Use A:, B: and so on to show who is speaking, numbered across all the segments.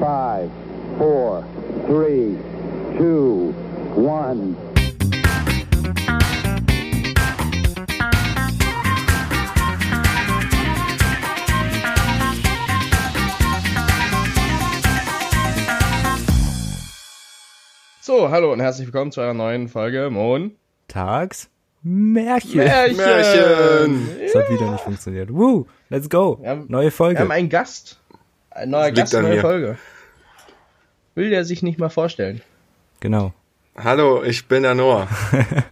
A: Five, four, three, two, one.
B: So, hallo und herzlich willkommen zu einer neuen Folge Moon.
C: Tags Märchen. Das hat wieder nicht funktioniert. Woo, let's go.
B: Wir haben- Wir
C: Neue
B: haben
C: Folge.
B: einen Gast. Ein neuer
D: liegt
B: Gast,
D: an
B: neue
D: mir.
B: Folge. Will der sich nicht mal vorstellen?
C: Genau.
D: Hallo, ich bin der Noah.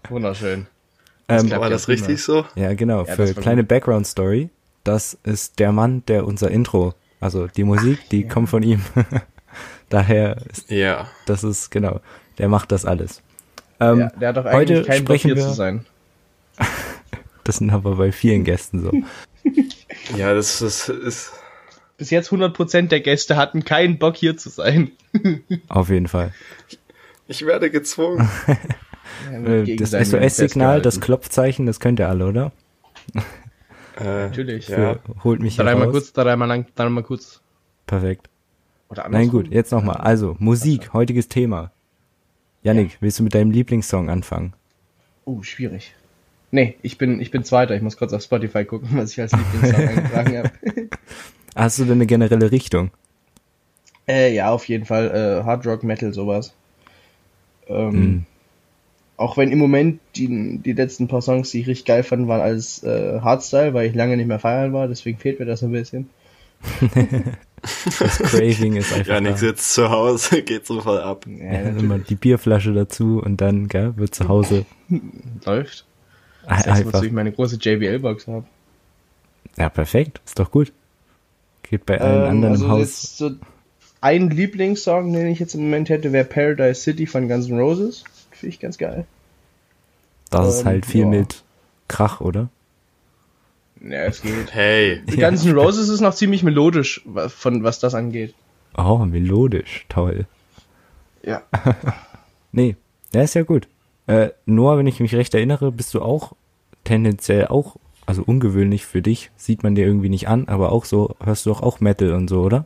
B: Wunderschön.
C: Ähm,
B: klappt
D: War
B: ja
D: das richtig so?
C: ja, genau.
B: Ja, das
C: Für
B: war
C: kleine Background Story. Das ist der Mann, der unser Intro, also die Musik, die kommt von ihm. Daher ist
D: Ja.
C: das ist genau. Der macht das alles. Ähm,
B: Ja, der hat doch eigentlich
C: heute
B: keinen Bock
C: sprechen
B: hier zu
C: wir-
B: sein.
C: Das sind aber bei vielen Gästen so.
D: Ja, das ist, ist
B: Bis jetzt 100% der Gäste hatten keinen Bock hier zu sein.
C: Auf jeden Fall.
D: ich werde gezwungen.
C: Äh, Das
B: Gegenseitig
C: SOS-Signal, das
B: festgehalten.
C: Klopfzeichen, das könnt ihr alle, oder?
D: äh,
B: Natürlich.
D: Ja.
C: Holt mich hier
B: Dreimal
C: raus.
B: kurz, dreimal lang, dreimal kurz.
C: Perfekt.
B: Oder andersrum.
C: Nein, gut, jetzt nochmal. Also, Musik, heutiges Thema. Yannick, willst du mit deinem Lieblingssong anfangen?
B: Oh, schwierig. Nee, ich bin, ich bin Zweiter. Ich muss kurz auf Spotify gucken, was ich als Lieblingssong eingetragen habe.
C: Hast du denn eine generelle Richtung?
B: Äh, ja, auf jeden Fall. Äh, Hard Rock, Metal, sowas. Ähm,
C: Mhm. Hm.
B: Auch wenn im Moment die, die letzten paar Songs, die ich richtig geil fand, waren alles äh, Hardstyle, weil ich lange nicht mehr feiern war, deswegen fehlt mir das ein bisschen.
C: Das Craving ist einfach
D: Ja, nix
C: da.
D: jetzt zu Hause, geht so voll ab.
C: Ja, immer die Bierflasche dazu und dann gell, wird zu Hause
B: läuft. Das erste Mal, dass
C: einfach.
B: ich meine große JBL-Box habe.
C: Ja, perfekt, ist doch gut. Geht bei allen anderen
B: also
C: im Haus.
B: jetzt so ein Lieblingssong, den ich jetzt im Moment hätte, wäre Paradise City von Guns N' Roses. Finde ich ganz geil.
C: Das ist
B: ähm,
C: halt viel
B: ja.
C: mit Krach, oder?
B: Ja, es geht.
D: Hey,
B: Guns N' Roses ist noch ziemlich melodisch, wa- von was das angeht.
C: Oh, melodisch, toll.
B: Ja.
C: Nee, der ist ja gut. Äh, Noah, wenn ich mich recht erinnere, bist du auch tendenziell auch, also ungewöhnlich für dich, sieht man dir irgendwie nicht an, aber auch so, hörst du doch auch Metal und so, oder?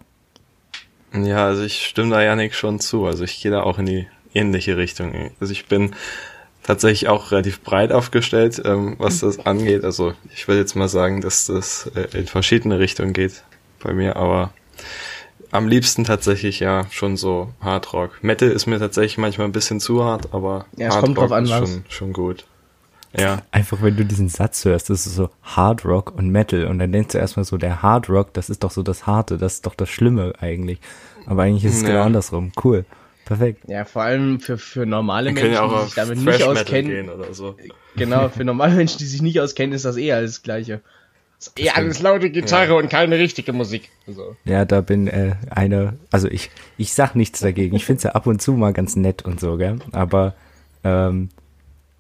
D: ja, also ich stimme da Janik schon zu. Also ich gehe da auch in die ähnliche Richtung. Also ich bin tatsächlich auch relativ breit aufgestellt, ähm, was das angeht. Also ich würde jetzt mal sagen, dass das äh, in verschiedene Richtungen geht bei mir, aber am liebsten tatsächlich ja schon so Hard Rock. Metal ist mir tatsächlich manchmal ein bisschen zu hart, aber
B: Ja, es
D: Hard
B: kommt drauf
D: Rock
B: an,
D: ist
B: was.
D: schon, schon gut. Ja.
C: Einfach wenn du diesen Satz hörst, das ist so Hard Rock und Metal und dann denkst du erstmal so, der Hard Rock, das ist doch so das Harte, das ist doch das Schlimme eigentlich. Aber eigentlich ist es
D: Ja.
C: genau andersrum. Cool. Perfekt.
B: Ja, vor allem für, für normale
D: Wir
B: Menschen,
D: können ja auch
B: die
D: auf
B: sich damit
D: Thrash
B: nicht
D: Metal
B: auskennen.
D: gehen oder so.
B: Genau, für normale Menschen, die sich nicht auskennen, ist das eher alles Gleiche. Ist eher alles laute Gitarre und keine richtige Musik. Also,
C: Ja, da bin äh, einer, also ich, ich sag nichts dagegen. Ich find's ja ab und zu mal ganz nett und so, gell? Aber ähm,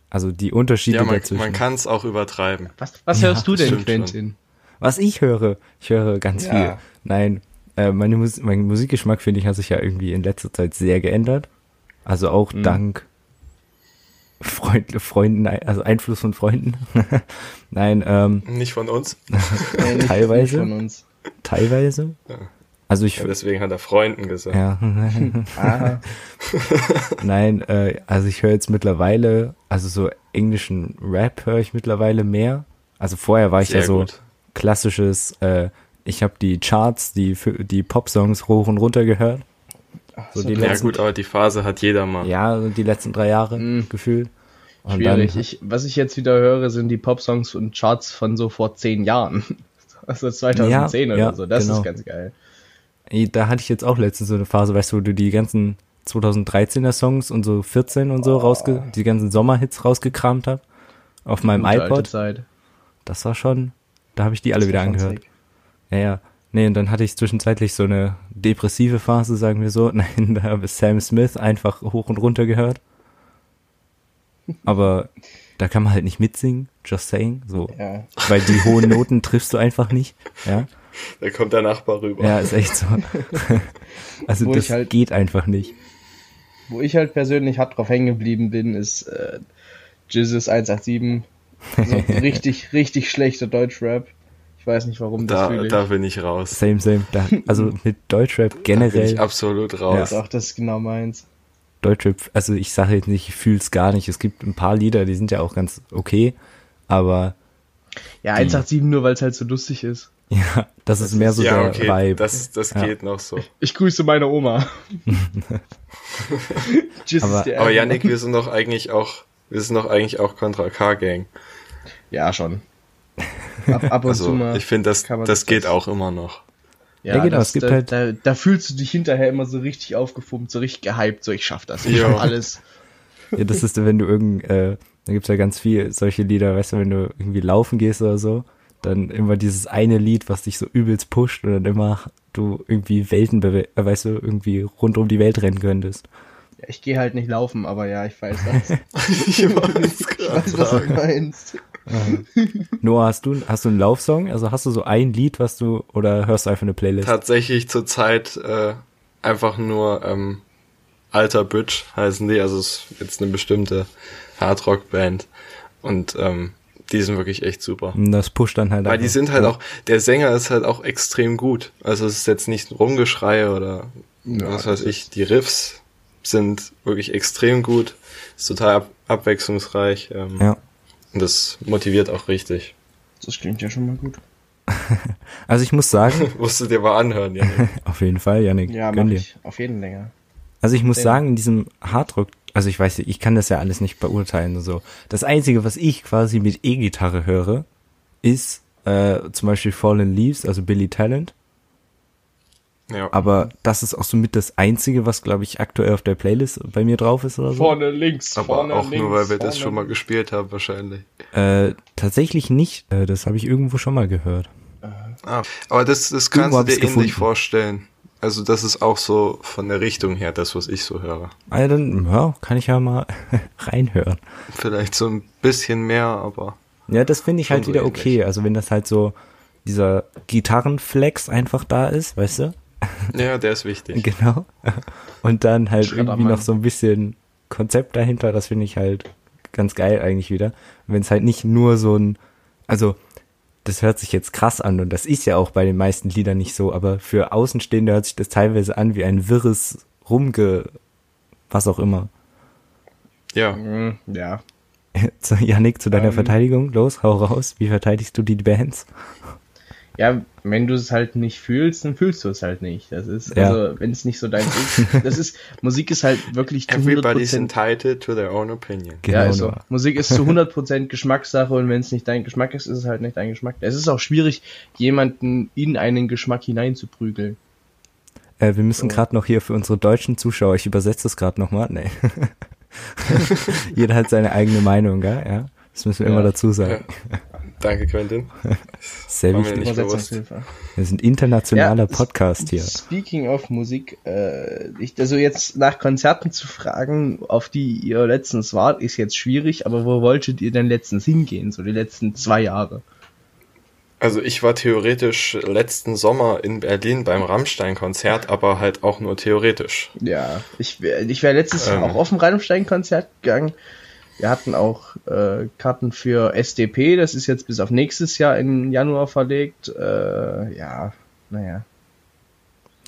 C: also die Unterschiede
D: Ja, man,
C: dazwischen.
D: man kann es auch übertreiben.
B: was was hörst du denn,
D: stimmt schon.
B: Quentin?
C: Was ich höre, ich höre ganz
B: Ja.
C: viel. Nein, äh, meine Mus mein Musikgeschmack, finde ich, hat sich ja irgendwie in letzter Zeit sehr geändert. Also auch
B: Mhm.
C: dank Freund, Freunden, also Einfluss von Freunden. Nein, ähm,
D: Nicht von uns.
B: Nee, nicht-
C: Teilweise.
B: nicht Von uns.
C: teilweise. Also ich,
D: Ja, deswegen hat er Freunden gesagt.
C: ja.
B: Aha.
C: Nein, äh, also ich höre jetzt mittlerweile, also so englischen Rap höre ich mittlerweile mehr. Also vorher war ich
D: Sehr
C: ja so
D: gut.
C: klassisches, äh, ich habe die Charts, die, für- die Popsongs hoch und runter gehört. So die
D: Ja,
C: letzten,
D: gut, Mhm. aber die Phase hat jeder mal.
C: ja, so die letzten drei Jahre gefühlt. Und
B: Schwierig.
C: Dann,
B: Ich, was ich jetzt wieder höre, sind die Popsongs und Charts von so vor zehn Jahren. Also 2010
C: Ja,
B: oder
C: ja,
B: so. Das
C: genau.
B: ist ganz geil.
C: eh, da hatte ich jetzt auch letztens so eine Phase, weißt du, wo du die ganzen 2013er Songs und so 14 und so rausge, die ganzen Sommerhits rausgekramt hab auf meinem
B: Gute alte
C: iPod.
B: Zeit.
C: Das war schon, da habe ich die alle wieder
B: Von
C: angehört.
B: Zack.
C: Ja, ja. Nee, und dann hatte ich zwischenzeitlich so eine depressive Phase, sagen wir so. Nein, da habe ich Sam Smith einfach hoch und runter gehört. Aber da kann man halt nicht mitsingen, just saying, so.
B: Ja.
C: Weil die hohen Noten triffst du einfach nicht, ja.
D: Da kommt der Nachbar rüber.
C: Ja, ist echt so. Also
B: Wo
C: das
B: ich halt-
C: geht einfach nicht.
B: Wo ich halt persönlich hart drauf hängen geblieben bin, ist äh, Also Jesus 187. So richtig, richtig schlechter Deutschrap. Ich Ich weiß nicht, warum das
D: Da,
B: fühle ich.
D: da bin ich raus.
C: Same, same. Da, also mit Deutschrap
D: Da bin ich
C: generell.
D: absolut raus.
B: Doch, das ist genau meins.
C: Deutschrap, also ich sage jetzt nicht, ich fühl's gar nicht. Es gibt ein paar Lieder, die sind ja auch ganz okay, aber
B: Ja, 187 nur, weil es halt so lustig ist.
C: ja, das, ist mehr so
D: ja,
C: der
D: okay,
C: Vibe.
D: das, das
C: Ja.
D: geht noch so.
B: Ich grüße meine Oma. Tschüss,
C: Aber-
B: ist die
D: Aber
B: Ärger.
D: Yannick, wir sind doch eigentlich auch, wir sind doch eigentlich auch Contra K Gang.
B: Ja, schon. Ab, ab und zu
D: Also
B: mal.
D: ich finde, das,
B: kann man
D: das
B: sich
D: geht
B: das-
D: auch immer noch.
B: ja,
C: Ja, genau,
B: das,
C: es gibt
B: da,
C: halt-
B: da, da fühlst du dich hinterher immer so richtig aufgepumpt, so richtig gehypt, so ich schaff das, ich
D: Ja.
B: schaff alles.
C: Ja, das ist, wenn du irgend, äh, da gibt's ja ganz viel solche Lieder, weißt du, wenn du irgendwie laufen gehst oder so, dann immer dieses eine Lied, was dich so übelst pusht und dann immer du irgendwie Welten, bewe- äh, weißt du, irgendwie rund um die Welt rennen könntest.
B: Ja, ich gehe halt nicht laufen, aber ja, ich weiß das.
D: Ich weiß
B: Ich
D: grad.
B: weiß, was du meinst.
C: Noah, hast du, hast du einen Laufsong? Also hast du so ein Lied, was du, oder hörst du einfach eine Playlist?
D: Tatsächlich zurzeit äh, einfach nur ähm, Alter Bridge heißen die, also es ist jetzt eine bestimmte Hardrock-Band. Und ähm, die sind wirklich echt super.
C: Und Das pusht dann halt
D: Weil die
C: einfach.
D: sind halt
C: Ja.
D: auch, der Sänger ist halt auch extrem gut. Also es ist jetzt nicht ein Rumgeschrei oder
B: Ja,
D: was
B: das
D: weiß ich. Die Riffs sind wirklich extrem gut. Ist total ab abwechslungsreich. Ähm,
C: Ja.
D: Und das motiviert auch richtig.
B: Das klingt ja schon mal gut.
C: Also ich muss sagen,
D: Musst du dir mal anhören, ja.
C: auf jeden Fall, Janik,
B: Ja, mach
C: gönn dir.
B: ich. Auf jeden länger.
C: Also ich muss
B: Ja.
C: sagen, in diesem Hardrock, also ich weiß, nicht, ich kann das ja alles nicht beurteilen und so. Das Einzige, was ich quasi mit E-Gitarre höre, ist äh, zum Beispiel Fallen Leaves, also Billy Talent.
D: ja.
C: Aber das ist auch so mit das Einzige, was, glaube ich, aktuell auf der Playlist bei mir drauf ist oder so.
B: Vorne links,
D: Aber
B: vorne
D: auch
B: links.
D: nur, weil wir das
B: vorne
D: schon mal gespielt haben, wahrscheinlich.
C: Äh, tatsächlich nicht. Äh, das habe ich irgendwo schon mal gehört.
D: Ah, aber das, das kannst
C: Irgendwo
D: du
C: hab
D: dir
C: ich's gefunden.
D: ähnlich vorstellen. Also das ist auch so von der Richtung her, das, was ich so höre.
C: Also dann, ja, kann ich ja mal reinhören.
D: Vielleicht so ein bisschen mehr, aber
C: Ja, das finde ich
D: Schon
C: halt
D: so
C: wieder
D: ähnlich.
C: okay. Also wenn das halt so dieser Gitarrenflex einfach da ist, weißt du?
D: ja, der ist wichtig.
C: Genau. Und dann halt irgendwie
B: Schreddermann.
C: noch so ein bisschen Konzept dahinter, das finde ich halt ganz geil eigentlich wieder. Wenn es halt nicht nur so ein, also das hört sich jetzt krass an und das ist ja auch bei den meisten Liedern nicht so, aber für Außenstehende hört sich das teilweise an wie ein wirres Rumge, was auch immer.
D: Ja,
B: links. Mm, Ja.
C: Zu Janik, zu deiner
B: Ähm.
C: Verteidigung, los, hau raus, wie verteidigst du die Bands?
B: Ja, wenn du es halt nicht fühlst, dann fühlst du es halt nicht. Das ist,
C: Ja.
B: also, wenn es nicht so dein Ding ist. Das ist, Musik ist halt wirklich zu
D: everybody's
B: 100%.
D: entitled to their own opinion.
C: Genau,
B: ja, also, ist so.
C: Noah.
B: Musik ist zu 100% Geschmackssache und wenn es nicht dein Geschmack ist, ist es halt nicht dein Geschmack. Es ist auch schwierig, jemanden in einen Geschmack hineinzuprügeln.
C: Äh, wir müssen gerade noch hier für unsere deutschen Zuschauer, ich übersetze es gerade nochmal, nee. Jeder hat seine eigene Meinung, gell? ja. Das müssen wir
B: Ja.
C: immer dazu sagen.
D: Danke, Quentin.
C: Sehr
D: War mir
C: wichtig.
D: Nicht
B: Übersetzungshilfe.
C: Wir sind ein internationaler
B: Ja, es-
C: Podcast hier.
B: Speaking of Musik, äh, ich, also jetzt nach Konzerten zu fragen, auf die ihr letztens wart, ist jetzt schwierig, aber wo wolltet ihr denn letztens hingehen, so die letzten zwei Jahre?
D: Also ich war theoretisch letzten Sommer in Berlin beim Rammstein-Konzert, aber halt auch nur theoretisch.
B: Ja, ich, wär- ich wäre letztes Jahr
D: Ähm.
B: auch auf ein Rheinstein-Konzert gegangen. Wir hatten auch äh, Karten für SDP, das ist jetzt bis auf nächstes Jahr im Januar verlegt. Äh, ja, naja.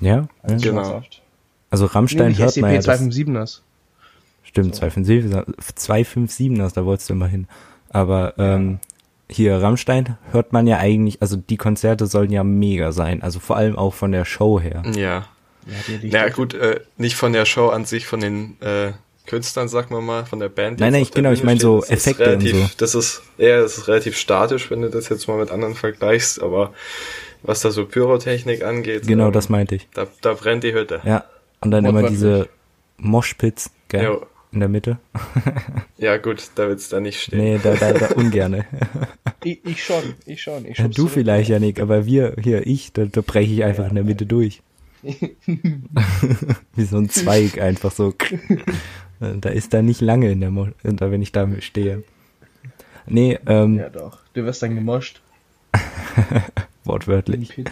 C: Ja? ja.
D: Genau.
B: schmerzhaft.
C: Also Rammstein
B: Nämlich
C: hört man
B: SDP
C: ja. Das,
B: 257ers.
C: stimmt, 257 ers da wolltest du immer hin. Aber ähm, hier Rammstein hört man ja eigentlich, also die Konzerte sollen ja mega sein. Also vor allem auch von der Show her.
D: Ja.
B: Ja, die Lichter.
D: Na gut, äh, nicht von der Show an sich, von den äh, Künstlern, sag mal mal, von der Band. die
C: Nein,
D: jetzt
C: nein,
D: auf
C: ich-
D: der
C: genau, ich
D: Bühne
C: meine so
D: steht. Das ist
C: Effekte und
D: relativ,
C: so.
D: Das ist, ja, das ist relativ statisch, wenn du das jetzt mal mit anderen vergleichst, aber was da so Pyrotechnik angeht,
C: Genau,
D: ähm,
C: das meinte ich.
D: da, da brennt die Hütte.
C: Ja. Und dann immer
B: Wortwörtlich.
C: diese Moshpits, gell?
D: Jo.
C: In der Mitte.
D: Ja, gut, da wird's da nicht stehen.
C: Nee, da, da, da ungerne.
B: Ich, ich schon, ich schon. Ich
C: Ja,
B: schub's
C: du
B: zurück.
C: vielleicht, Janik, aber wir, hier, ich, da, da breche ich einfach in der Mitte durch. Wie so ein Zweig, einfach so. da ist da nicht lange in der Mo da, wenn ich da stehe. Nee, ähm,
B: Ja, doch. Du wirst dann gemoscht. Im
C: wortwörtlich.
B: Pit.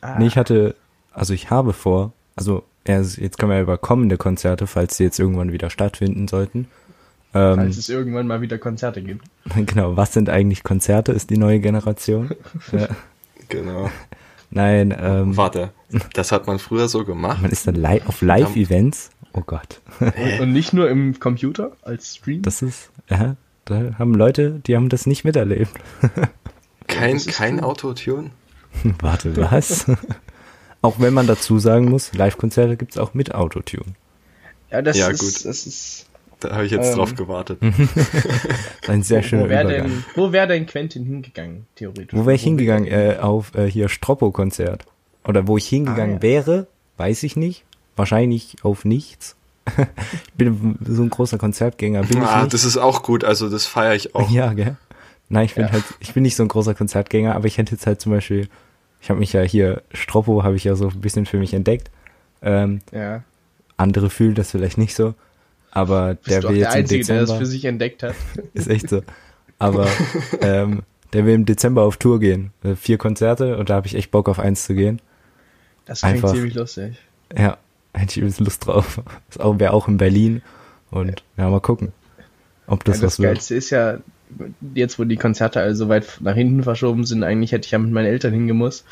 B: Ah,
C: Nee, ich hatte, also ich habe vor, also ja, es- jetzt können wir ja über kommende Konzerte, falls die jetzt irgendwann wieder stattfinden sollten. Ähm,
B: Als es irgendwann mal wieder Konzerte gibt.
C: genau, was sind eigentlich Konzerte, ist die neue Generation. ja.
D: Genau.
C: Nein, ähm,
D: Warte, das hat man früher so gemacht.
C: man ist dann li auf Live-Events. Oh Gott.
B: Und, und nicht nur im Computer als Stream.
C: Das ist, ja, da haben Leute, die haben das nicht miterlebt.
D: Kein,
B: ist
D: kein Autotune.
C: Warte, was? auch wenn man dazu sagen muss, Live-Konzerte gibt's auch mit Autotune.
B: ja, das
D: Ja,
B: ist,
D: gut.
B: das ist.
D: Da habe ich jetzt
B: Ähm.
D: drauf gewartet.
C: Ein sehr schöner
B: Wo wäre
C: Übergang.
B: denn, wo wär denn Quentin hingegangen, theoretisch?
C: Wo wäre ich hingegangen? Äh, auf äh, hier Stroppo-Konzert. Oder wo ich hingegangen
B: Ah, ja.
C: wäre, weiß ich nicht. Wahrscheinlich auf nichts. ich bin so ein großer Konzertgänger, bin
D: Ah,
C: ich nicht.
D: das ist auch gut, also das feiere ich
B: Oh.
D: auch.
C: Ja, gell? Nein, ich bin halt, ich bin nicht so ein großer Konzertgänger, aber ich hätte jetzt halt zum Beispiel, ich habe mich ja hier, Stroppo habe ich ja so ein bisschen für mich entdeckt. Ähm,
B: Ja.
C: andere fühlen das vielleicht nicht so, aber
B: Bist
C: der
B: du auch
C: will
B: der
C: jetzt im
B: Einzige, der das
C: Dezember,
B: für sich entdeckt hat.
C: ist echt so. Aber ähm, der will im Dezember auf Tour gehen. Äh, Vier Konzerte und da habe ich echt Bock auf eins zu gehen.
B: Das klingt
C: Einfach.
B: ziemlich lustig.
C: Ja, hätte ich übelst Lust drauf. Ist auch, wäre auch in Berlin. Und ja, mal gucken, ob das,
B: Das, ja, das
C: was wird.
B: Geilste ist ja, jetzt wo die Konzerte alle so weit nach hinten verschoben sind, eigentlich hätte ich ja mit meinen Eltern hingemusst.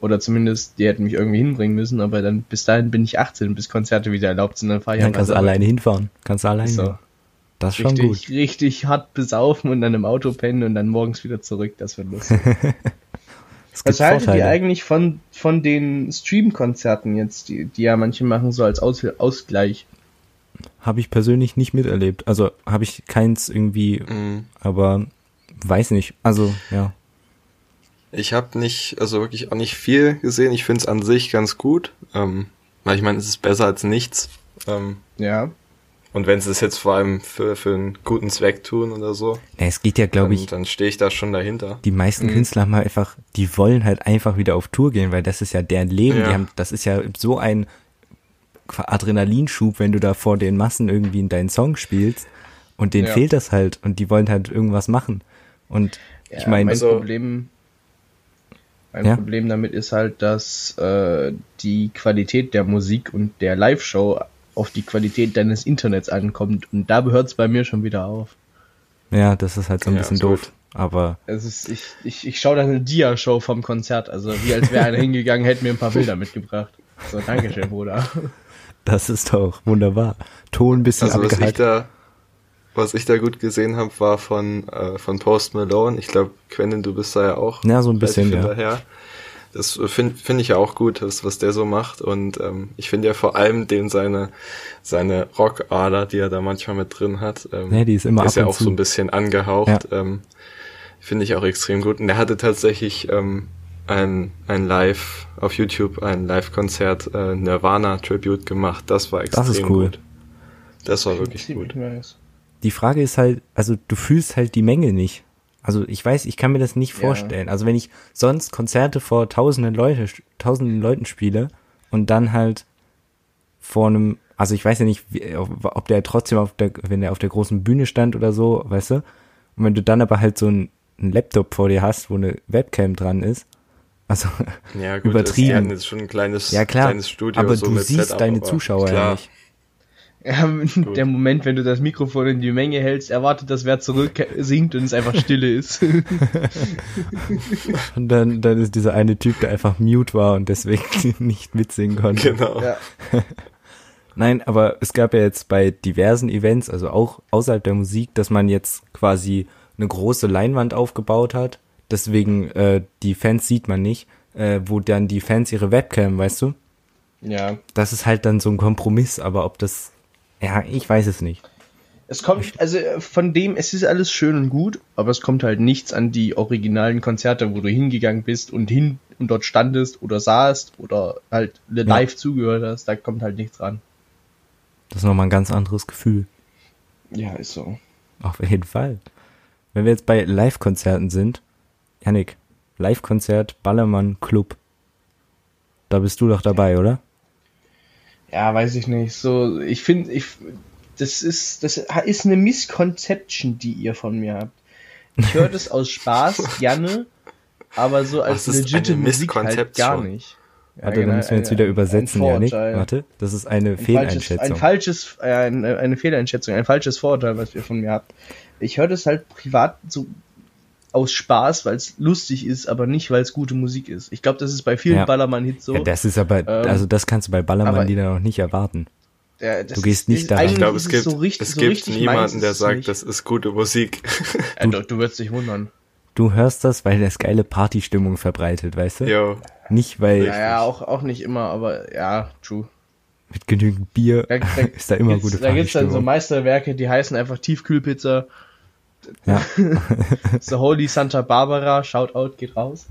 B: Oder zumindest, die hätten mich irgendwie hinbringen müssen, aber dann bis dahin bin ich 18, bis Konzerte wieder erlaubt sind, dann fahre ich
C: Dann kannst du
B: einfach
C: alleine hinfahren. Kannst du alleine.
B: so
C: hin. Das ist schon
B: richtig,
C: gut.
B: richtig hart besaufen und dann im Auto pennen und dann morgens wieder zurück, das wird lustig.
C: Es
B: Was
C: gibt
B: haltet ihr
C: Vorteile.
B: eigentlich von, von den Stream-Konzerten jetzt, die, die ja manche machen, so als Aus Ausgleich?
C: Habe ich persönlich nicht miterlebt. Also habe ich keins irgendwie,
D: Mhm.
C: aber weiß nicht. Also, ja.
D: Ich habe nicht, also wirklich auch nicht viel gesehen. Ich finde es an sich ganz gut. Ähm, weil ich meine, es ist besser als nichts. Ähm,
B: Ja.
D: und wenn sie es jetzt vor allem für, für einen guten Zweck tun oder so,
C: Na, es geht ja, glaube
D: dann,
C: ich,
D: dann stehe ich da schon dahinter.
C: die meisten Künstler haben halt einfach, die wollen halt einfach wieder auf Tour gehen, weil das ist ja deren Leben.
D: Ja.
C: Die haben, das ist ja so ein Adrenalinschub, wenn du da vor den Massen irgendwie in deinen Song spielst. Und denen
B: Ja.
C: fehlt das halt. Und die wollen halt irgendwas machen. Und ich
B: Ja,
C: meine,
B: mein
D: also-
B: Problem, mein
C: Ja?
B: Problem damit ist halt, dass äh, die Qualität der Musik und der Live-Show auf die Qualität deines Internets ankommt und da hört es bei mir schon wieder auf.
C: ja, das ist halt so ein
D: Ja,
C: bisschen
D: absolut.
C: doof. Aber
B: Es ist, ich, ich, ich schaue dann eine Dia-Show vom Konzert, also wie als wäre einer hingegangen, hätte mir ein paar Bilder mitgebracht. So, Dankeschön, Bruder.
C: das ist doch wunderbar. Ton ein bisschen
D: Also was ich
C: abgehackt.
D: da, was ich da gut gesehen habe, war von äh, von Post Malone. Ich glaube, Quentin, du bist da ja auch.
C: Ja, so ein bisschen,
D: relativ
C: ja.
D: hinterher. Das finde find ich ja auch gut, was, was der so macht. Und ähm, ich finde ja vor allem den seine seine Rockader, die er da manchmal mit drin hat. Ähm,
C: Ja, die ist immer ab
D: ist ja
C: und
D: auch
C: zu.
D: so ein bisschen angehaucht. Ähm, finde ich auch extrem gut. Und er hatte tatsächlich ähm, ein, ein Live auf YouTube, ein Live-Konzert äh, Nirvana Tribute gemacht. Das war extrem
C: ist cool.
D: gut. Das war wirklich
B: Ziemlich
D: gut.
B: nice.
C: die Frage ist halt, also du fühlst halt die Menge nicht. Also ich weiß, ich kann mir das nicht vorstellen. Also wenn ich sonst Konzerte vor tausenden Leute, tausenden Leuten spiele und dann halt vor einem, also ich weiß ja nicht, wie, ob der trotzdem auf der, wenn der auf der großen Bühne stand oder so, weißt du? Und wenn du dann aber halt so einen, einen Laptop vor dir hast, wo eine Webcam dran ist, also
D: Ja, gut,
C: übertrieben.
D: Das, die hatten jetzt schon ein kleines,
C: ja klar,
D: kleines Studio.
C: aber
D: so
C: du
D: mit
C: siehst
D: Setup,
C: deine
D: aber
C: Zuschauer
D: klar,
C: ja nicht.
B: Ja, der Moment, wenn du das Mikrofon in die Menge hältst, erwartet, dass wer zurück singt und es einfach stille ist.
C: Und dann, dann ist dieser eine Typ, der einfach mute war und deswegen nicht mitsingen konnte.
D: Genau.
B: Ja.
C: Nein, aber es gab ja jetzt bei diversen Events, also auch außerhalb der Musik, dass man jetzt quasi eine große Leinwand aufgebaut hat. Deswegen äh, die Fans sieht man nicht, äh, wo dann die Fans ihre Webcam, weißt du?
B: ja.
C: Das ist halt dann so ein Kompromiss, aber ob das, ja, ich weiß es nicht.
B: Es kommt, also äh, von dem, es ist alles schön und gut, aber es kommt halt nichts an die originalen Konzerte, wo du hingegangen bist und hin und dort standest oder saßt oder halt live zugehört hast, da kommt halt nichts ran.
C: Das ist nochmal ein ganz anderes Gefühl.
B: Ja, ist so.
C: Auf jeden Fall. Wenn wir jetzt bei Live-Konzerten sind, Janik, Live-Konzert Ballermann Club. Da bist du doch dabei, oder?
B: Ja, weiß ich nicht. So, ich finde, ich, das ist, das ist eine Misconception, die ihr von mir habt. Ich höre das aus Spaß gerne, aber so als
D: Was ist
B: legitime
D: eine
B: Musik halt gar
D: Misconception?
B: nicht. Ja,
C: Warte,
B: genau,
C: dann müssen wir jetzt
B: ein-
C: wieder übersetzen,
B: ein
C: Janik.
B: Vorurteil.
C: Warte, das ist eine
B: Ein
C: Fehleinschätzung.
B: Falsches, ein falsches, äh, eine, eine Fehleinschätzung, ein falsches Vorurteil, was ihr von mir habt. Ich höre das halt privat so aus Spaß, weil es lustig ist, aber nicht, weil es gute Musik ist. Ich glaube, das ist bei vielen
C: Ja.
B: Ballermann-Hits so.
C: ja, das ist aber,
B: ähm,
C: also das kannst du bei
B: aber-
C: Ballermann-Liedern noch nicht erwarten.
B: Ja, das
C: du gehst
B: ist-
C: nicht
B: ist-
C: daran.
B: eigentlich
C: Ich
D: Ich glaube,
B: ist
D: es gibt,
B: so richtig,
D: es
B: so
D: gibt
B: richtig meins
D: niemanden,
B: ist
D: der
B: es
D: sagt,
B: nicht.
D: das ist gute Musik.
B: Ja, du, du wirst dich wundern.
C: Du hörst das, weil das geile Partystimmung verbreitet, weißt du?
D: Jo.
C: Nicht, weil
B: Ja, ja, auch, auch nicht immer, aber ja, true.
C: mit genügend Bier
B: Da, da
C: ist da immer
B: gibt's,
C: gute
B: Da gibt's dann so
C: Partystimmung.
B: Meisterwerke, die heißen einfach Tiefkühlpizza.
C: Ja.
B: The Holy Santa Barbara, Shoutout geht raus.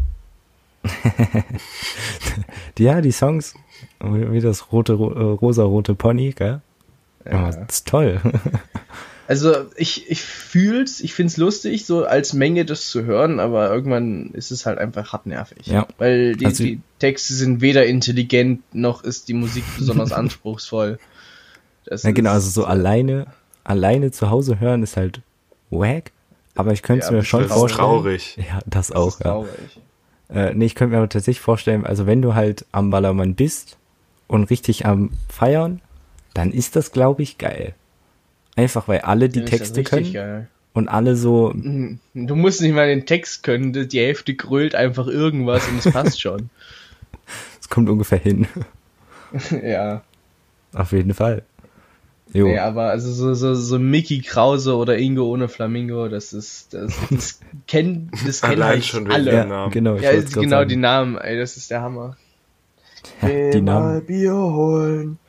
C: ja, die Songs, wie wie das rote, ro- äh, rosa-rote Pony, gell? Ja. Das ist toll.
B: Also ich, ich fühl's, ich find's lustig, so als Menge das zu hören, aber irgendwann ist es halt einfach hart nervig.
C: Ja.
B: Weil die,
C: Also-
B: die Texte sind weder intelligent noch ist die Musik besonders anspruchsvoll. Das
C: Na genau,
B: ist-
C: also so alleine, alleine zu Hause hören ist halt wack, aber ich könnte es
B: Ja,
C: mir
B: das
C: schon
D: ist
C: vorstellen.
D: traurig.
C: Ja, das,
B: das
C: auch,
B: ist
C: ja.
B: traurig.
C: Äh, nee, ich könnte mir aber tatsächlich vorstellen, also wenn du halt am Ballermann bist und richtig am Feiern, dann ist das, glaube ich, geil. Einfach weil alle die
B: Dann ist das
C: Texte
B: richtig
C: können
B: geil. Hm.
C: und alle so,
B: Du musst nicht mal den Text können, die Hälfte grölt einfach irgendwas und es passt schon.
C: es kommt ungefähr hin.
B: ja.
C: Auf jeden Fall. Jo.
B: Nee, aber also so, so, so Mickey Krause oder Ingo ohne Flamingo, das ist, das, das kennen, das kennen
D: Allein
B: halt
D: schon wegen
B: alle.
D: der
C: ja,
D: Namen.
C: genau. ich
B: Ja,
C: wollt's
B: ist
C: grad
B: genau
C: sagen.
B: die Namen, ey, das ist der Hammer.
C: die Namen.
B: Bier holen.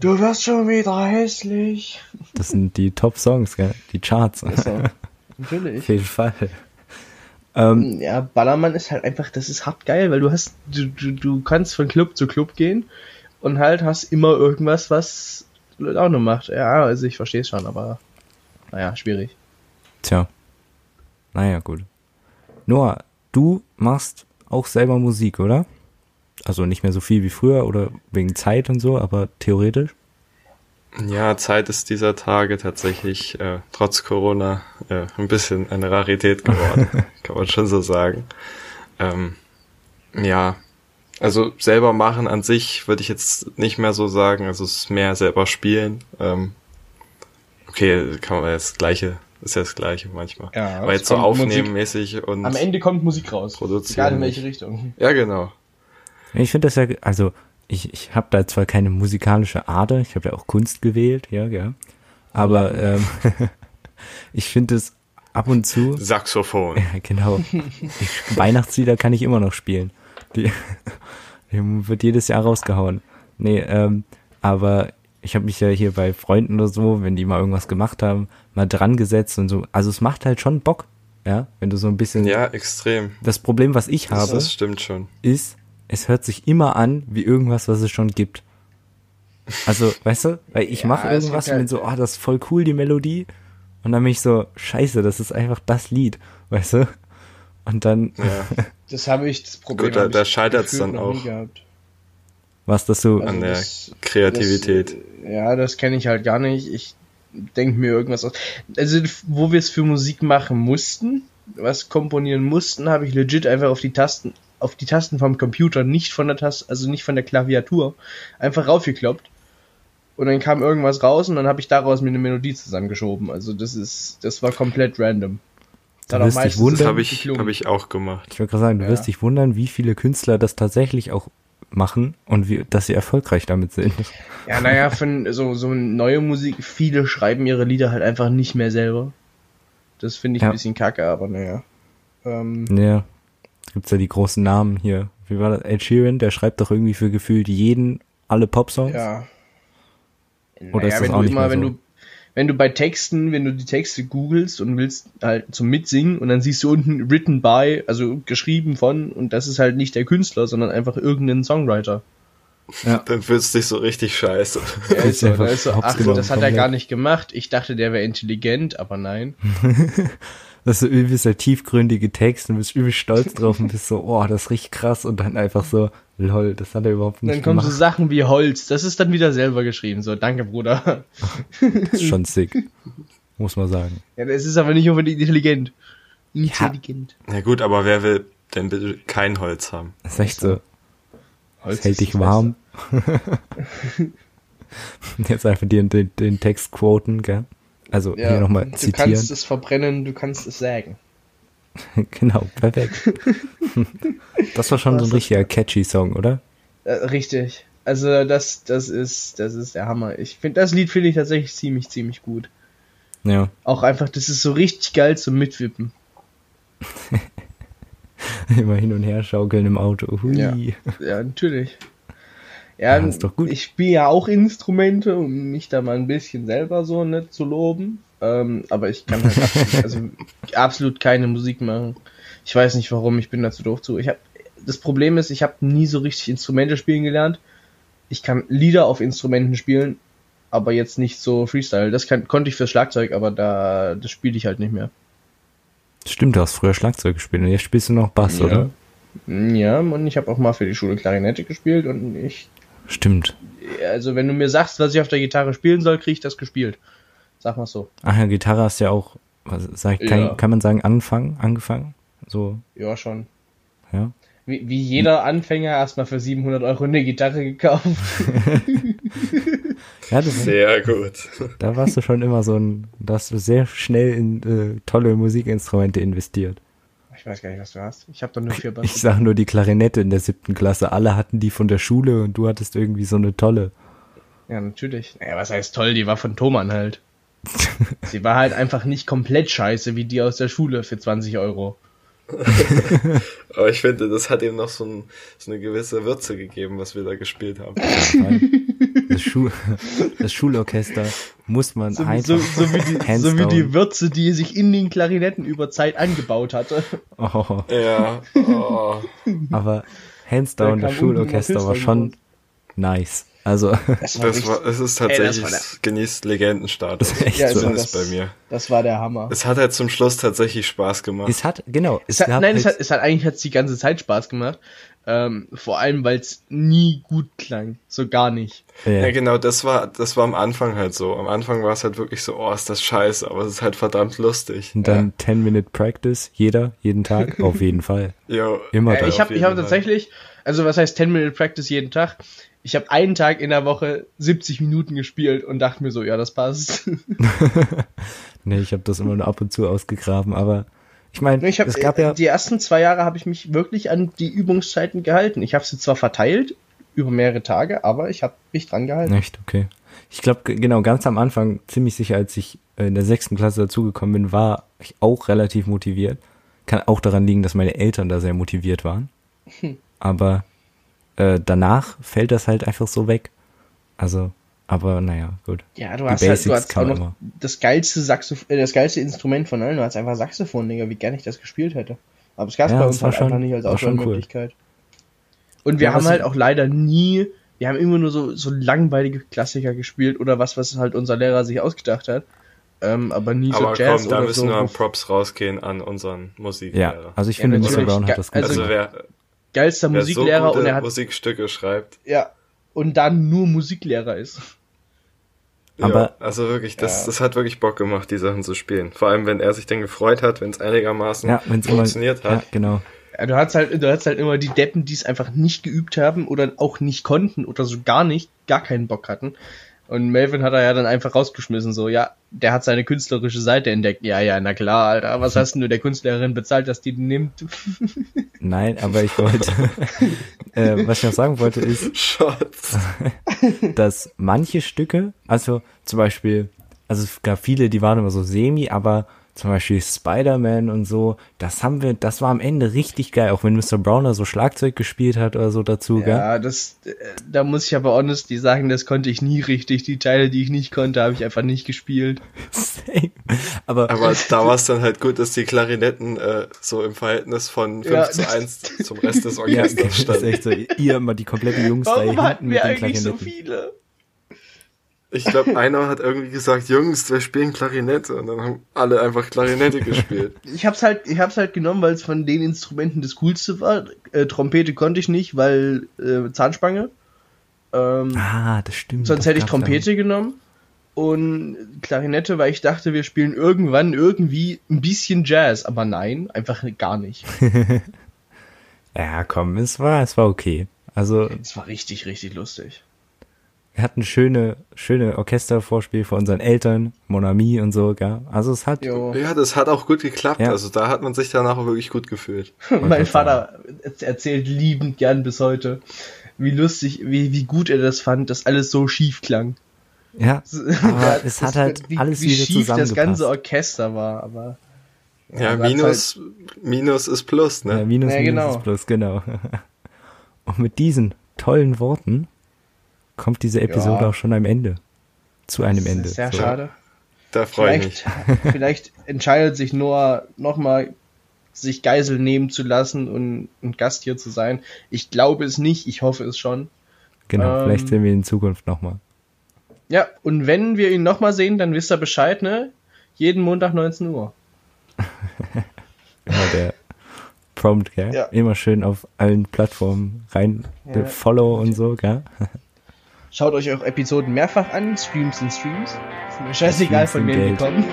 B: Du wirst schon wieder hässlich.
C: Das sind die Top-Songs, gell? Die Charts. Auf
B: So, natürlich.
C: jeden Fall.
B: Ja, Ballermann ist halt einfach, das ist hart geil, weil du hast, du, du, du kannst von Club zu Club gehen und halt hast immer irgendwas, was Laune macht. Ja, also ich verstehe es schon, aber naja, schwierig.
C: Tja. Naja, gut. Noah, du machst auch selber Musik, oder? Also nicht mehr so viel wie früher oder wegen Zeit und so, aber theoretisch.
D: Ja, Zeit ist dieser Tage tatsächlich äh, trotz Corona äh, ein bisschen eine Rarität geworden, kann man schon so sagen. Ähm, ja, also selber machen an sich würde ich jetzt nicht mehr so sagen, also es ist mehr selber spielen. Ähm, okay, kann man jetzt das gleiche, ist ja das gleiche manchmal.
B: Ja,
D: Aber
B: es
D: jetzt so
B: kommt
D: aufnehmen mäßig und
B: Am Ende kommt Musik raus.
D: Produzieren
B: Egal in welche Richtung.
D: ja genau.
C: Ich finde das ja, ge- also ich, ich habe da zwar keine musikalische Ader, ich habe ja auch Kunst gewählt, ja, ja. Aber ähm, ich finde es ab und zu,
D: Saxophon.
C: ja, genau, ich, Weihnachtslieder kann ich immer noch spielen. Die, die wird jedes Jahr rausgehauen. Nee, ähm, aber ich habe mich ja hier bei Freunden oder so, wenn die mal irgendwas gemacht haben, mal dran gesetzt und so. Also es macht halt schon Bock, ja, wenn du so ein bisschen.
D: Ja, extrem.
C: Das Problem, was ich
D: Das,
C: habe,
D: das stimmt schon.
C: ist, es hört sich immer an wie irgendwas, was es schon gibt. Also, weißt du, weil ich
B: Ja,
C: mache
B: es
C: irgendwas
B: gibt
C: und bin
B: halt-
C: so, oh, das ist voll cool, die Melodie. Und dann bin ich so, scheiße, das ist einfach das Lied, weißt du? Und dann
D: Ja.
B: Das habe ich, das Problem
D: Gut, da-
B: hab ich
D: da scheitert's
B: gefühlt
D: dann
B: noch nie
D: auch.
B: gehabt.
C: war es das so,
D: an der
B: Also das-
D: Kreativität.
B: Das, äh, ja, das kenne ich halt gar nicht. Ich denke mir irgendwas aus. Also, wo wir es für Musik machen mussten, was komponieren mussten, habe ich legit einfach auf die Tasten, auf die Tasten vom Computer, nicht von der Taste, also nicht von der Klaviatur, einfach raufgekloppt. Und dann kam irgendwas raus und dann habe ich daraus mir eine Melodie zusammengeschoben. Also das ist, das war komplett random.
C: Du wirst dich
D: Das
C: wundern-
D: habe ich,
B: geklungen.
D: hab ich auch gemacht.
C: ich würde gerade sagen, du
B: Ja.
C: wirst dich wundern, wie viele Künstler das tatsächlich auch machen und wie, dass sie erfolgreich damit sind.
B: Ja, naja, von so, so neue Musik, viele schreiben ihre Lieder halt einfach nicht mehr selber. Das finde ich
C: Ja.
B: ein bisschen kacke, aber naja. Ähm,
C: Ja, gibt's ja die großen Namen hier. Wie war das? Ed Sheeran, der schreibt doch irgendwie für gefühlt jeden alle Popsongs.
B: ja. Naja,
C: Oder ist das
B: wenn
C: auch
B: du
C: nicht
B: immer,
C: mehr
B: wenn
C: so?
B: du, wenn du bei Texten, wenn du die Texte googelst und willst halt zum Mitsingen und dann siehst du unten written by, also geschrieben von, und das ist halt nicht der Künstler, sondern einfach irgendein Songwriter.
D: Dann fühlst du dich so richtig scheiße.
B: Ja, ist so,
C: einfach
B: da Also, ist so,
C: hops
B: ach,
C: genommen,
B: das hat er gar
C: komplett.
B: nicht gemacht. Ich dachte, der wäre intelligent, aber nein.
C: Das ist so übelst der tiefgründige Text und bist übel stolz drauf und bist so, oh, das riecht krass und dann einfach so, lol, das hat er überhaupt
B: Und
C: nicht
B: dann kommen so
C: gemacht.
B: Sachen wie Holz, das ist dann wieder selber geschrieben. So, danke, Bruder.
C: Das ist schon sick. Muss man sagen.
B: Ja, es ist aber nicht unbedingt intelligent. Intelligent.
D: Na gut, aber wer will denn bitte kein Holz haben?
C: Das ist echt so,
B: Holz
C: das hält
B: ist
C: dich
B: das
C: warm. Jetzt einfach den, den, den Text quoten, gell? Also
B: Beste. Ja,
C: hier nochmal
B: du kannst
C: zitieren.
B: es verbrennen, du kannst es sägen.
C: genau, perfekt. das war schon so ein richtiger catchy Song, oder?
B: Äh, richtig. Also das, das ist, das ist der Hammer. Ich finde, das Lied finde ich tatsächlich ziemlich, ziemlich gut.
C: Ja.
B: Auch einfach, das ist so richtig geil zum Mitwippen.
C: Immer hin und her schaukeln im Auto. Hui.
B: Ja. Ja, natürlich. Ja,
C: Ja, ist doch gut.
B: ich spiele ja auch Instrumente, um mich da mal ein bisschen selber so ne, zu loben. Ähm, aber ich kann halt absolut, also absolut keine Musik machen. Ich weiß nicht warum, ich bin dazu doof zu. Ich hab, das Problem ist, ich habe nie so richtig Instrumente spielen gelernt. Ich kann Lieder auf Instrumenten spielen, aber jetzt nicht so Freestyle. Das kann, konnte ich fürs Schlagzeug, aber da das spiele ich halt nicht mehr.
C: Stimmt, du hast früher Schlagzeug gespielt und jetzt spielst du noch Bass,
D: Ja.
C: oder?
B: Ja, und ich habe auch mal für die Schule Klarinette gespielt und ich
C: Stimmt.
B: Also, wenn du mir sagst, was ich auf der Gitarre spielen soll, kriege ich das gespielt. Sag mal so.
C: Ach ja, Gitarre hast ja auch, was sag ich, kann,
B: Ja.
C: kann man sagen, anfangen, angefangen? So,
B: Ja, schon.
C: ja.
B: Wie, wie jeder Anfänger erstmal für 700 Euro eine Gitarre gekauft.
C: Ja, das,
D: Sehr gut.
C: da warst du schon immer so ein, da hast du sehr schnell in äh, tolle Musikinstrumente investiert.
B: Ich weiß gar nicht, was du hast. Ich habe doch nur vier
C: Ich
B: Bass.
C: sag nur die Klarinette in der siebten Klasse. Alle hatten die von der Schule und du hattest irgendwie so eine tolle.
B: Ja, natürlich. Naja, was heißt toll? Die war von Thomann halt. Sie war halt einfach nicht komplett scheiße wie die aus der Schule für 20 Euro.
D: Aber ich finde, das hat ihm noch so, ein, so eine gewisse Würze gegeben, was wir da gespielt haben.
C: Das, Schu das Schulorchester muss man
B: So, so,
C: einfach.
B: so, wie die,
C: hands
B: so wie die
C: down.
B: Würze, die sich in den Klarinetten über Zeit angebaut hatte.
C: Oh,
D: Ja. Oh.
C: aber hands
B: Da
C: down,
B: kam
C: das Schulorchester
B: unten
C: war
B: was
C: schon
B: Hilfreiches
C: nice. Also,
B: Das
D: Das war, es ist tatsächlich,
B: war der-
D: genießt Legendenstatus.
C: echt
B: Ja,
C: so.
B: also
D: Zumindest
B: das-
D: bei mir.
B: das war der Hammer.
D: Es hat halt zum Schluss tatsächlich Spaß gemacht.
C: Es hat, genau.
B: Es hat,
C: gab
B: nein, es
C: halt-
B: hat, es hat eigentlich hat's die ganze Zeit Spaß gemacht. Ähm, vor allem, weil es nie gut klang. So gar nicht.
C: ja.
D: Ja, genau, das war, das war am Anfang halt so. Am Anfang war es halt wirklich so, oh, ist das scheiße, aber es ist halt verdammt lustig.
C: Und dann 10-Minute Practice, jeder, jeden Tag, auf jeden Fall.
D: Ja, jo,
C: Immer
B: Äh,
C: da.
B: ich habe ich
D: jeden
B: hab
D: Fall.
B: tatsächlich, also was heißt 10-Minute Practice jeden Tag? Ich habe einen Tag in der Woche 70 Minuten gespielt und dachte mir so, ja, das passt.
C: nee, ich habe das immer nur ab und zu ausgegraben, aber ich meine,
B: ich hab,
C: es gab ja.
B: Die ersten zwei Jahre habe ich mich wirklich an die Übungszeiten gehalten. Ich habe sie zwar verteilt über mehrere Tage, aber ich habe mich dran gehalten.
C: Echt, okay. Ich glaube, genau, ganz am Anfang, ziemlich sicher, als ich äh, in der sechsten Klasse dazugekommen bin, war ich auch relativ motiviert. Kann auch daran liegen, dass meine Eltern da sehr motiviert waren.
B: Hm.
C: Aber äh, danach fällt das halt einfach so weg. Also, aber naja, gut.
B: Ja, du
C: Die
B: hast halt, du
C: Basics
B: hast auch
C: kann man
B: noch
C: immer.
B: das geilste Saxophon, äh, das geilste Instrument von allen. Du hast einfach Saxophon, Digga, wie gerne ich das gespielt hätte. Aber es gab es
C: Ja,
B: bei
C: das
B: uns
C: war
B: halt einfach
C: schon-
B: nicht als
C: war schon cool.
B: Auswahlmöglichkeit. Und wir
C: Ja,
B: haben
C: was-
B: halt auch leider nie, wir haben immer nur so, so langweilige Klassiker gespielt oder was, was halt unser Lehrer sich ausgedacht hat. Ähm, aber nie
D: Aber
B: so Jazz
D: komm, da
B: oder
D: müssen
B: so.
D: wir
B: wo-
D: Props rausgehen an unseren Musiklehrer.
C: Ja, also ich
B: Ja,
C: finde,
B: natürlich.
C: Mr. Brown
B: Ge-
C: hat das gut
B: also
D: Also
C: gemacht.
D: wer,
B: Geilster
D: wer
B: Musiklehrer
D: so gute
B: und er hat,
D: Musikstücke schreibt.
B: ja, und dann nur Musiklehrer ist.
C: Aber-
D: ja, also wirklich, das,
B: Ja.
D: das hat wirklich Bock gemacht, die Sachen zu spielen. Vor allem, wenn er sich dann gefreut hat, wenn es einigermaßen
C: Ja, wenn es immer.
D: funktioniert
C: Ja,
D: hat.
C: genau.
B: Ja, du hast halt, du hast halt immer die Deppen, die es einfach nicht geübt haben oder auch nicht konnten oder so gar nicht, gar keinen Bock hatten. Und Melvin hat er ja dann einfach rausgeschmissen, so, ja, der hat seine künstlerische Seite entdeckt. Ja, ja, na klar, Alter, was hast denn du der Künstlerin bezahlt, dass die die nimmt?
C: Nein, aber ich wollte. äh, was ich noch sagen wollte ist,
D: Schatz.
C: dass manche Stücke, also zum Beispiel, also es gab viele, die waren immer so semi, aber zum Beispiel Spider-Man und so, das haben wir, das war am Ende richtig geil, auch wenn Mr. Browner so Schlagzeug gespielt hat oder so dazu, gell?
B: Ja, das, äh, da muss ich aber honestly sagen, das konnte ich nie richtig. Die Teile, die ich nicht konnte, habe ich einfach nicht gespielt.
C: Same. Aber,
D: Aber da war es dann halt gut, dass die Klarinetten äh, so im Verhältnis von 5
B: Ja,
D: zu
B: das-
D: 1 zum Rest des
C: ja,
D: Orchesters
C: das ist
D: standen.
C: echt so, ihr immer die komplette Jungs da
B: Warum
C: hier hinten
B: hatten
C: mit
B: wir
C: den
B: eigentlich so
C: Klarinetten.
B: viele?
D: Ich glaube, einer hat irgendwie gesagt, Jungs, wir spielen Klarinette. Und dann haben alle einfach Klarinette gespielt.
B: ich hab's halt, ich hab's halt genommen, weil es von den Instrumenten das coolste war. Äh, Trompete konnte ich nicht, weil äh, Zahnspange. Ähm,
C: Ah, das stimmt.
B: sonst
C: das
B: hätte ich
C: gab's da
B: Trompete genommen und Klarinette, weil ich dachte, wir spielen irgendwann irgendwie ein bisschen Jazz, aber nein, einfach gar nicht.
C: nicht. Ja, komm, es war, es war okay. Also,
B: Es war richtig, richtig lustig.
C: er hat ein schöne, schöne Orchestervorspiel von unseren Eltern, Mon Ami und so, gell? Also es hat,
B: Jo.
D: Ja, das hat auch gut geklappt.
C: Ja.
D: Also da hat man sich danach auch wirklich gut gefühlt.
B: mein Vater erzählt liebend gern bis heute, wie lustig, wie, wie gut er das fand, dass alles so schief klang.
C: ja, aber es
B: Das-
C: hat halt
B: wie,
C: alles
B: wie
C: wieder
B: schief das ganze
C: zusammengepasst.
B: Orchester war, aber
D: Ja,
B: das
D: Minus, Minus ist Plus, ne?
C: Ja, äh, minus,
B: Ja,
C: minus
B: genau.
C: ist plus, genau. Und mit diesen tollen Worten kommt diese Episode
B: Ja.
C: auch schon am Ende. Zu einem
B: das
C: Ende.
B: ist sehr
C: So.
B: schade.
D: Da freue ich mich.
B: Vielleicht, vielleicht entscheidet sich Noah nochmal, sich Geisel nehmen zu lassen und ein Gast hier zu sein. Ich glaube es nicht, ich hoffe es schon.
C: Genau,
B: Ähm,
C: vielleicht sehen wir ihn in Zukunft nochmal.
B: Ja, und wenn wir ihn nochmal sehen, dann wisst ihr Bescheid, ne? Jeden Montag 19 Uhr.
C: Immer der Prompt, gell?
B: Ja.
C: Immer schön auf allen Plattformen rein,
B: Ja.
C: Follow und so, gell?
B: Schaut euch auch Episoden mehrfach an, Streams und Streams. Ist mir scheißegal,
C: Streams
B: von
C: und
B: wem die
C: Geld.
B: kommen.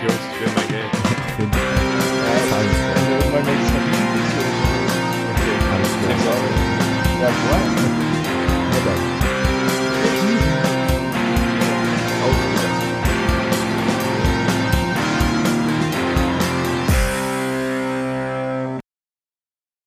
D: Jungs, ich will mein Geld.
B: Also, mein nächstes Mal die Diskussion.
D: Okay.
C: Alles klar.
D: Nimm's auf.
B: Ja, boah.